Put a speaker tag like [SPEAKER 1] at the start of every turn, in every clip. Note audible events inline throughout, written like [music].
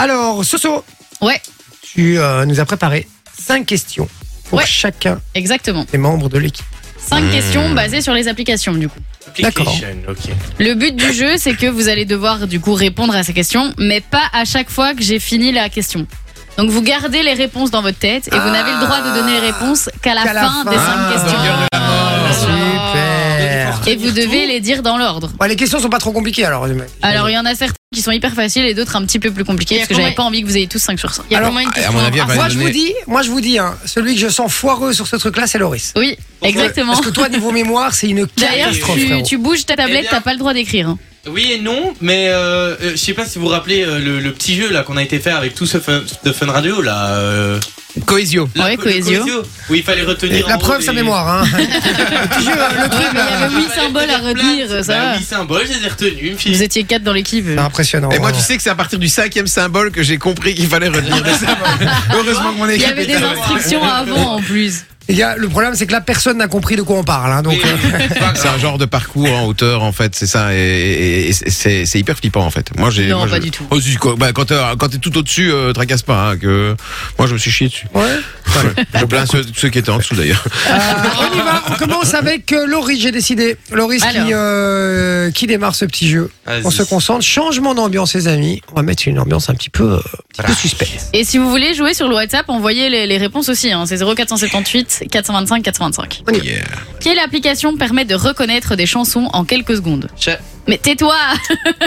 [SPEAKER 1] Alors, Soso,
[SPEAKER 2] Ouais,
[SPEAKER 1] tu euh, nous as préparé cinq questions pour
[SPEAKER 2] Ouais.
[SPEAKER 1] chacun
[SPEAKER 2] exactement.
[SPEAKER 1] des membres de l'équipe.
[SPEAKER 2] Cinq
[SPEAKER 1] Hmm.
[SPEAKER 2] questions basées sur les applications, du coup.
[SPEAKER 1] D'accord.
[SPEAKER 3] ok.
[SPEAKER 2] Le but du jeu, c'est que vous allez devoir, du coup, répondre à ces questions, mais pas à chaque fois que j'ai fini la question. Donc, vous gardez les réponses dans votre tête et vous n'avez le droit de donner les réponses qu'à la,
[SPEAKER 1] Ah. Qu'à la
[SPEAKER 2] fin,
[SPEAKER 1] fin.
[SPEAKER 2] des cinq
[SPEAKER 1] Ah,
[SPEAKER 2] questions. Oh,
[SPEAKER 3] burger de la mort.
[SPEAKER 1] Super.
[SPEAKER 2] Et vous devez les dire dans l'ordre.
[SPEAKER 1] Ouais, les questions sont pas trop compliquées alors.
[SPEAKER 2] Alors, il y en a certaines qui sont hyper faciles et d'autres un petit peu plus compliquées
[SPEAKER 4] Il y a
[SPEAKER 2] parce que
[SPEAKER 4] combien-
[SPEAKER 2] j'avais pas envie que vous ayez tous 5 sur 5.
[SPEAKER 4] Il y a
[SPEAKER 1] Alors,
[SPEAKER 4] combien de
[SPEAKER 3] à- à
[SPEAKER 4] questions
[SPEAKER 3] mon avis, elle va
[SPEAKER 4] Ah,
[SPEAKER 1] moi je
[SPEAKER 3] donner-
[SPEAKER 1] vous dis, moi je vous dis, hein, celui que je sens foireux sur ce truc-là, c'est Loris.
[SPEAKER 2] Oui, exactement.
[SPEAKER 1] Parce que toi, niveau mémoire, c'est une
[SPEAKER 2] [laughs] D'ailleurs,
[SPEAKER 1] catastrophe.
[SPEAKER 2] tu,
[SPEAKER 1] frérot.
[SPEAKER 2] tu bouges ta
[SPEAKER 4] Eh
[SPEAKER 2] tablette,
[SPEAKER 4] bien-
[SPEAKER 2] t'as pas le droit d'écrire. hein.
[SPEAKER 4] Oui et non, mais euh, euh, je sais pas si vous vous rappelez euh, le, le petit jeu là qu'on a été faire avec tout ce fun, de Fun Radio là. euh,
[SPEAKER 3] Cohésio.
[SPEAKER 4] la-
[SPEAKER 2] Ouais,
[SPEAKER 4] le
[SPEAKER 2] Cohésio.
[SPEAKER 4] Où il fallait
[SPEAKER 1] Et
[SPEAKER 4] retenir.
[SPEAKER 1] La
[SPEAKER 4] en
[SPEAKER 1] preuve,
[SPEAKER 4] haut
[SPEAKER 1] sa
[SPEAKER 4] les- Ah,
[SPEAKER 1] mémoire. Hein.
[SPEAKER 3] [laughs]
[SPEAKER 1] le petit jeu, le
[SPEAKER 2] Ouais,
[SPEAKER 1] truc,
[SPEAKER 2] mais [laughs] il
[SPEAKER 1] là,
[SPEAKER 2] y avait 8 symboles à retenir, ça
[SPEAKER 4] Bah,
[SPEAKER 2] va.
[SPEAKER 4] Oui, symboles, je les ai retenus. Puis...
[SPEAKER 2] Vous étiez 4 dans l'équipe.
[SPEAKER 1] c'est impressionnant.
[SPEAKER 3] Et moi,
[SPEAKER 1] vraiment.
[SPEAKER 3] tu sais que c'est à partir du cinquième symbole que j'ai compris qu'il
[SPEAKER 2] [laughs]
[SPEAKER 3] fallait retenir le
[SPEAKER 4] [laughs]
[SPEAKER 3] symbole. Heureusement que mon
[SPEAKER 2] Il y
[SPEAKER 3] équipe
[SPEAKER 2] avait
[SPEAKER 3] était
[SPEAKER 2] des
[SPEAKER 3] là.
[SPEAKER 2] instructions avant en plus.
[SPEAKER 1] Les gars, le problème, c'est que là, personne n'a compris de quoi on parle. hein, donc,
[SPEAKER 4] Mais- [laughs]
[SPEAKER 3] C'est un genre de parcours en hauteur, en fait, c'est ça, et, et- et c'est c'est hyper flippant, en fait. Moi, j'ai.
[SPEAKER 2] Non,
[SPEAKER 3] moi,
[SPEAKER 2] pas
[SPEAKER 3] je-
[SPEAKER 2] du tout.
[SPEAKER 3] Oh, si, quoi, bah, quand t'es quand t'es tout au-dessus, euh, tracasse pas, hein, que. Moi, je me suis chié dessus.
[SPEAKER 1] euh, ouais.
[SPEAKER 3] Je plains ceux, ceux qui étaient en dessous, d'ailleurs.
[SPEAKER 1] Euh, on y va, on commence avec euh, Laurie, j'ai décidé. Laurie
[SPEAKER 2] Alors.
[SPEAKER 1] qui, euh, qui démarre ce petit jeu.
[SPEAKER 4] Vas-y.
[SPEAKER 1] On se concentre, changement d'ambiance les amis. On va mettre une ambiance un petit peu, euh, un petit peu suspecte.
[SPEAKER 2] Et si vous voulez jouer sur le WhatsApp, envoyez les, les réponses aussi. hein. C'est 0478 425 425.
[SPEAKER 3] Yeah.
[SPEAKER 2] Quelle application permet de reconnaître des chansons en quelques secondes
[SPEAKER 4] Cha-
[SPEAKER 2] Mais tais-toi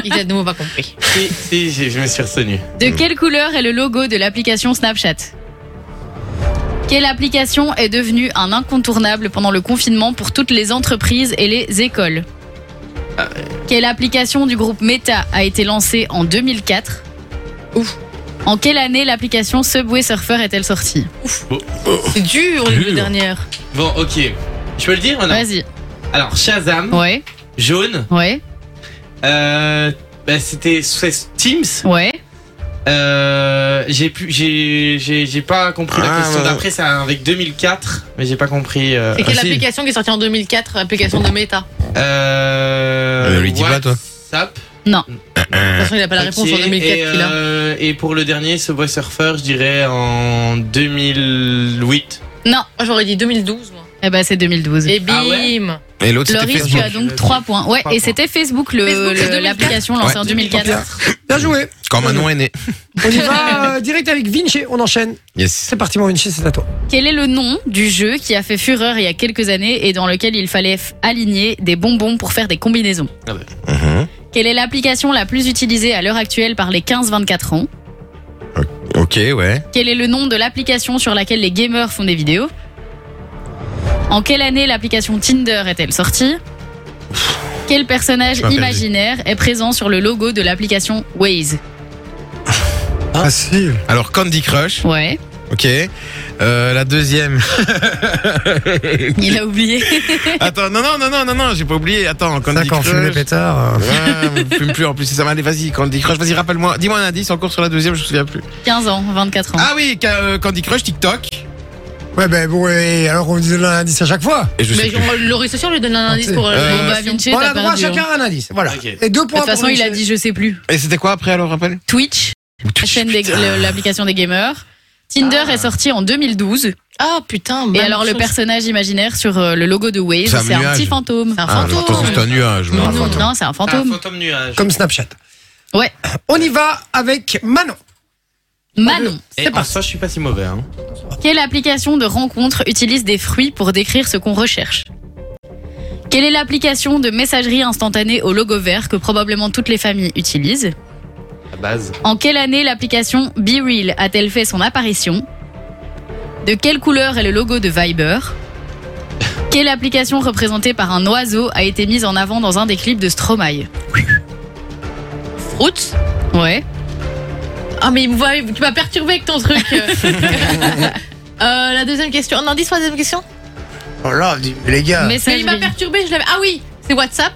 [SPEAKER 4] Il a de nouveau pas compris. Si, si, j'ai- je me suis retenu.
[SPEAKER 2] De quelle couleur est le logo de l'application Snapchat Quelle application est devenue un incontournable pendant le confinement pour toutes les entreprises et les écoles
[SPEAKER 4] Ah,
[SPEAKER 2] Quelle application du groupe Meta a été lancée en 2004 Ouf. En quelle année l'application Subway Surfer est-elle sortie
[SPEAKER 4] C'est dur,
[SPEAKER 3] les deux Oh, Dur.
[SPEAKER 4] dernières. Bon, ok. Je peux le dire maintenant
[SPEAKER 2] Vas-y.
[SPEAKER 4] Alors, Shazam,
[SPEAKER 2] Ouais,
[SPEAKER 4] Jaune,
[SPEAKER 2] ouais,
[SPEAKER 4] euh, bah, c'était c'est Teams.
[SPEAKER 2] ouais.
[SPEAKER 4] Euh, j'ai pu, j'ai, j'ai, j'ai pas compris la
[SPEAKER 3] Ah,
[SPEAKER 4] question
[SPEAKER 3] ouais.
[SPEAKER 4] d'après, c'est avec 2004, mais j'ai pas compris. Euh,
[SPEAKER 5] C'est quelle
[SPEAKER 3] Ah, si.
[SPEAKER 5] application qui est sortie en 2004, application de Meta
[SPEAKER 4] euh,
[SPEAKER 3] Euh, lui dis pas, toi.
[SPEAKER 4] WhatsApp.
[SPEAKER 5] De toute façon, il n'a pas la
[SPEAKER 4] Ok,
[SPEAKER 5] réponse en 2004
[SPEAKER 4] et,
[SPEAKER 5] qu'il a.
[SPEAKER 4] euh, et pour le dernier, ce bois surfeur, je dirais en 2008.
[SPEAKER 2] Non,
[SPEAKER 5] Moi, j'aurais dit 2012, moi.
[SPEAKER 2] eh ben c'est 2012.
[SPEAKER 5] Et bim
[SPEAKER 4] Ah ouais
[SPEAKER 3] Et l'autre, c'était
[SPEAKER 2] Loris, tu
[SPEAKER 3] Facebook.
[SPEAKER 2] as donc 3 points. Ouais,
[SPEAKER 4] Trois
[SPEAKER 2] et
[SPEAKER 4] points.
[SPEAKER 2] c'était Facebook, le-
[SPEAKER 5] Facebook,
[SPEAKER 2] le-
[SPEAKER 5] c'est 2004.
[SPEAKER 2] l'application lancée en 2004.
[SPEAKER 1] Bien joué.
[SPEAKER 3] Quand Manon est né.
[SPEAKER 1] On y va euh, direct avec Vinci, on enchaîne.
[SPEAKER 3] Yes.
[SPEAKER 1] C'est parti mon Vinci, c'est à toi.
[SPEAKER 2] Quel est le nom du jeu qui a fait fureur il y a quelques années et dans lequel il fallait f- aligner des bonbons pour faire des combinaisons
[SPEAKER 3] Mhm.
[SPEAKER 2] Quelle est l'application la plus utilisée à l'heure actuelle par les 15-24 ans
[SPEAKER 3] Ok, ouais.
[SPEAKER 2] Quel est le nom de l'application sur laquelle les gamers font des vidéos En quelle année l'application Tinder est-elle sortie Quel personnage
[SPEAKER 3] Je m'appelle
[SPEAKER 2] imaginaire est présent sur le logo de l'application Waze
[SPEAKER 1] Ah, Facile.
[SPEAKER 3] Alors, Candy Crush. [laughs]
[SPEAKER 2] Ouais,
[SPEAKER 3] Ok. Euh,
[SPEAKER 2] [laughs]
[SPEAKER 3] la deuxième.
[SPEAKER 2] il a oublié. [laughs]
[SPEAKER 3] Attends, non, non, non, non, non, non, j'ai pas oublié. Attends, Candy
[SPEAKER 1] D'accord, fume les
[SPEAKER 3] Crush.
[SPEAKER 1] pétards.
[SPEAKER 3] Ouais, fume plus en plus, c'est ça. Allez, vas-y, Candy Crush, vas-y, rappelle-moi. Dis-moi un indice encore sur la deuxième, je me souviens plus.
[SPEAKER 2] 15 ans, 24 ans.
[SPEAKER 3] Ah oui, ca- euh, Candy Crush, TikTok.
[SPEAKER 1] Ouais, ben bon, et alors on vous donne un indice à chaque fois.
[SPEAKER 3] Et je sais
[SPEAKER 5] Mais
[SPEAKER 3] plus.
[SPEAKER 5] Laurie Saucier, on lui donne un indice pour.
[SPEAKER 3] Euh,
[SPEAKER 2] Bon, bah, Vinci,
[SPEAKER 1] on
[SPEAKER 2] t'as
[SPEAKER 1] a droit à
[SPEAKER 2] perdu, hein.
[SPEAKER 1] chacun un indice. Voilà.
[SPEAKER 4] Ok.
[SPEAKER 1] Et deux
[SPEAKER 2] De
[SPEAKER 1] points
[SPEAKER 2] toute façon,
[SPEAKER 1] pour
[SPEAKER 2] il a
[SPEAKER 1] Vinci.
[SPEAKER 2] dit je sais plus.
[SPEAKER 3] Et c'était quoi après, alors, rappelle
[SPEAKER 2] Twitch, la chaîne des- le- l'application des gamers. Tinder
[SPEAKER 3] Ah.
[SPEAKER 2] est sorti en 2012.
[SPEAKER 5] Ah putain,
[SPEAKER 2] Et
[SPEAKER 5] bonne
[SPEAKER 2] alors, le
[SPEAKER 5] chose.
[SPEAKER 2] personnage imaginaire sur euh, le logo de Waze,
[SPEAKER 3] C'est un
[SPEAKER 2] c'est un
[SPEAKER 3] nuage.
[SPEAKER 2] petit fantôme.
[SPEAKER 5] C'est un
[SPEAKER 3] Ah,
[SPEAKER 5] fantôme.
[SPEAKER 3] attention, c'est un nuage.
[SPEAKER 2] Non,
[SPEAKER 3] non,
[SPEAKER 2] non,
[SPEAKER 3] attends.
[SPEAKER 2] non, c'est un
[SPEAKER 4] Ah,
[SPEAKER 2] fantôme.
[SPEAKER 4] fantôme nuage.
[SPEAKER 1] Comme Snapchat.
[SPEAKER 2] Ouais.
[SPEAKER 1] On y va avec Manon.
[SPEAKER 2] Manon,
[SPEAKER 4] Et
[SPEAKER 1] c'est
[SPEAKER 4] en
[SPEAKER 1] parti.
[SPEAKER 4] soi, je suis pas si mauvais. Hein.
[SPEAKER 2] quelle application de rencontre utilise des fruits pour décrire ce qu'on recherche Quelle est l'application de messagerie instantanée au logo vert que probablement toutes les familles utilisent
[SPEAKER 4] La base.
[SPEAKER 2] En quelle année l'application BeReal a-t-elle fait son apparition De quelle couleur est le logo de Viber Quelle application représentée par un oiseau a été mise en avant dans un des clips de Stromae
[SPEAKER 5] Roots
[SPEAKER 2] Ouais.
[SPEAKER 5] Ah, mais il me voit- tu m'as perturbé avec
[SPEAKER 4] [laughs]
[SPEAKER 5] ton truc. Euh, la deuxième question. Un indice pour la deuxième question
[SPEAKER 1] Oh là, les gars.
[SPEAKER 5] Mais il m'a perturbé, je l'avais. Ah oui, c'est WhatsApp.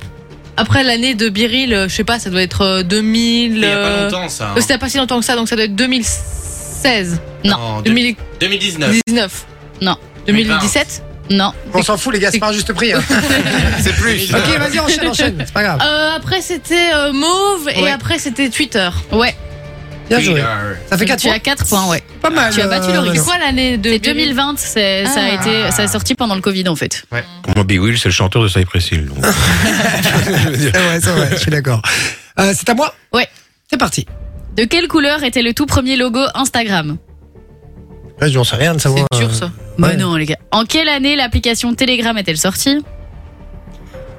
[SPEAKER 5] Après l'année de Biril, euh, je sais pas, ça doit être euh, 2000.
[SPEAKER 4] Il y a pas
[SPEAKER 5] euh,
[SPEAKER 4] longtemps, ça. hein.
[SPEAKER 5] euh, C'était pas si longtemps que ça, donc ça doit être 2016.
[SPEAKER 4] Non, deux-
[SPEAKER 5] 2019.
[SPEAKER 4] 2019.
[SPEAKER 2] Non.
[SPEAKER 5] 2017
[SPEAKER 2] Non.
[SPEAKER 1] On s'en fout les gars, c'est pas un juste prix. hein.
[SPEAKER 3] C'est plus.
[SPEAKER 1] ok, vas-y, enchaîne, enchaîne. C'est pas grave.
[SPEAKER 5] Euh, après c'était euh, Mauve
[SPEAKER 2] Ouais.
[SPEAKER 5] et après c'était Twitter.
[SPEAKER 2] Ouais.
[SPEAKER 1] Bien joué.
[SPEAKER 4] euh,
[SPEAKER 1] Ça fait 4
[SPEAKER 2] Ah, tu
[SPEAKER 1] points.
[SPEAKER 2] as 4 points, ouais.
[SPEAKER 1] Pas mal.
[SPEAKER 2] tu as battu
[SPEAKER 1] euh,
[SPEAKER 2] le
[SPEAKER 5] C'est
[SPEAKER 1] Manon.
[SPEAKER 5] quoi l'année de
[SPEAKER 2] C'est 2020, c'est- ça a
[SPEAKER 5] Ah.
[SPEAKER 2] été, ça est sorti pendant le Covid en fait.
[SPEAKER 6] Pour moi, Big Will, c'est le chanteur de Cypress Hill.
[SPEAKER 3] Euh,
[SPEAKER 6] donc.
[SPEAKER 1] C'est vrai, c'est vrai, je suis d'accord. Euh, c'est à moi
[SPEAKER 2] Ouais.
[SPEAKER 1] C'est parti.
[SPEAKER 2] De quelle couleur était le tout premier logo Instagram
[SPEAKER 1] Ouais, j'en sais rien de savoir.
[SPEAKER 5] C'est dur
[SPEAKER 1] euh,
[SPEAKER 5] ça.
[SPEAKER 1] Ouais.
[SPEAKER 2] Bah non les gars. En quelle année l'application Telegram est-elle sortie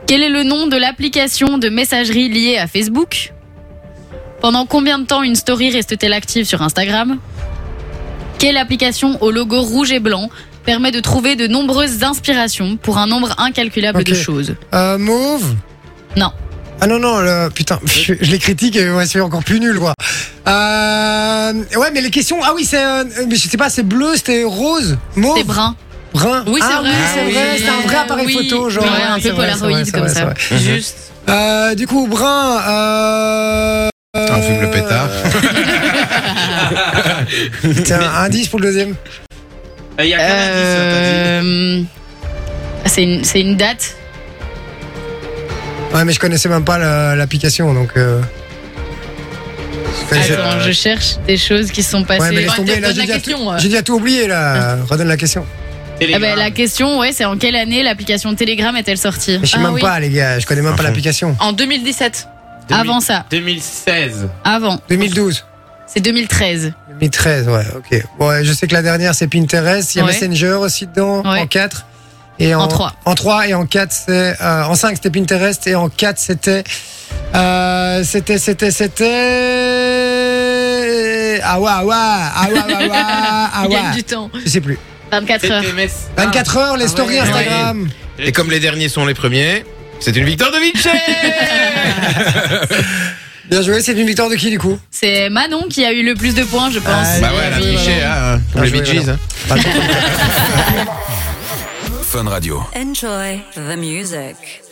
[SPEAKER 2] Quel est le nom de l'application de messagerie liée à Facebook Pendant combien de temps une story reste-t-elle active sur Instagram Quelle application au logo rouge et blanc permet de trouver de nombreuses inspirations pour un nombre incalculable de
[SPEAKER 1] Ok.
[SPEAKER 2] choses
[SPEAKER 1] Euh, mauve
[SPEAKER 2] Non.
[SPEAKER 1] Ah non, non, le... putain, [laughs] je, je les critique et ouais, c'est encore plus nul, quoi. Euh... Ouais, mais les questions. Ah oui, c'est. euh, mais je sais pas, c'est bleu, c'était rose, mauve,
[SPEAKER 2] C'est brun.
[SPEAKER 1] brun.
[SPEAKER 5] Oui, c'est
[SPEAKER 1] ah,
[SPEAKER 5] vrai.
[SPEAKER 1] Oui, c'est vrai,
[SPEAKER 5] Oui.
[SPEAKER 1] c'est un vrai appareil
[SPEAKER 5] Oui.
[SPEAKER 1] photo, genre.
[SPEAKER 2] Ouais,
[SPEAKER 1] Ouais,
[SPEAKER 2] un peu
[SPEAKER 1] c'est vrai,
[SPEAKER 2] Polaroid
[SPEAKER 1] c'est vrai, c'est
[SPEAKER 2] comme
[SPEAKER 1] vrai,
[SPEAKER 2] ça.
[SPEAKER 1] c'est vrai.
[SPEAKER 5] Juste.
[SPEAKER 1] Euh, du coup, brun. Euh...
[SPEAKER 3] On fume le pétard.
[SPEAKER 1] Tiens, indice pour le deuxième.
[SPEAKER 4] Il
[SPEAKER 1] Euh,
[SPEAKER 4] y a qu'un indice,
[SPEAKER 2] Euh, Ah, C'est une, c'est une date.
[SPEAKER 1] Ouais, mais je connaissais même pas la- l'application, donc. Euh...
[SPEAKER 4] Allez.
[SPEAKER 2] Attends, je cherche des choses qui se sont
[SPEAKER 1] Ouais,
[SPEAKER 2] passées.
[SPEAKER 1] mais laisse
[SPEAKER 5] Ouais,
[SPEAKER 1] tomber, là,
[SPEAKER 5] donne
[SPEAKER 1] j'ai
[SPEAKER 5] la
[SPEAKER 1] déjà
[SPEAKER 5] question, euh,
[SPEAKER 1] tout-
[SPEAKER 5] ouais.
[SPEAKER 1] j'ai déjà tout oublié, là. Redonne la question.
[SPEAKER 4] t'as dit.
[SPEAKER 2] Ah ben, la
[SPEAKER 4] Telegram.
[SPEAKER 2] question, ouais, c'est en quelle année l'application Telegram est-elle sortie
[SPEAKER 1] Mais je sais
[SPEAKER 5] Ah
[SPEAKER 1] même
[SPEAKER 5] oui.
[SPEAKER 1] pas, les gars, je connais même pas
[SPEAKER 6] Enfin.
[SPEAKER 1] l'application.
[SPEAKER 5] En 2017.
[SPEAKER 4] 2000
[SPEAKER 2] Avant ça,
[SPEAKER 4] 2016.
[SPEAKER 2] avant.
[SPEAKER 1] 2012.
[SPEAKER 2] C'est 2013.
[SPEAKER 1] 2013, ouais, ok. Ouais, je sais que la dernière, c'est Pinterest. Il y a
[SPEAKER 2] Ouais.
[SPEAKER 1] Messenger aussi dedans,
[SPEAKER 2] Ouais.
[SPEAKER 1] en 4. Et
[SPEAKER 2] En trois.
[SPEAKER 1] En 3 et en 4, c'est. euh, en 5, c'était Pinterest. Et en 4, c'était. euh, c'était, c'était, c'était. Ah ouais, ah ouais, ah ouais, ah ouais, ah
[SPEAKER 5] [laughs] Il gagne
[SPEAKER 1] ouais.
[SPEAKER 5] du temps.
[SPEAKER 1] Je sais plus.
[SPEAKER 2] 24 heures.
[SPEAKER 4] TTMS.
[SPEAKER 1] 24 heures, les
[SPEAKER 4] Ah
[SPEAKER 1] stories
[SPEAKER 4] ouais.
[SPEAKER 1] Instagram.
[SPEAKER 3] Et comme les derniers sont les premiers, c'est une victoire de Vinci
[SPEAKER 1] Bien joué, c'est une victoire de qui du coup
[SPEAKER 2] C'est Manon qui a eu le plus de points, je pense.
[SPEAKER 1] Allez.
[SPEAKER 3] Bah ouais, la triché, hein, comme les
[SPEAKER 1] Bien joué,
[SPEAKER 3] Bee Gees,
[SPEAKER 1] Valère.
[SPEAKER 3] hein.
[SPEAKER 7] Enjoy the music.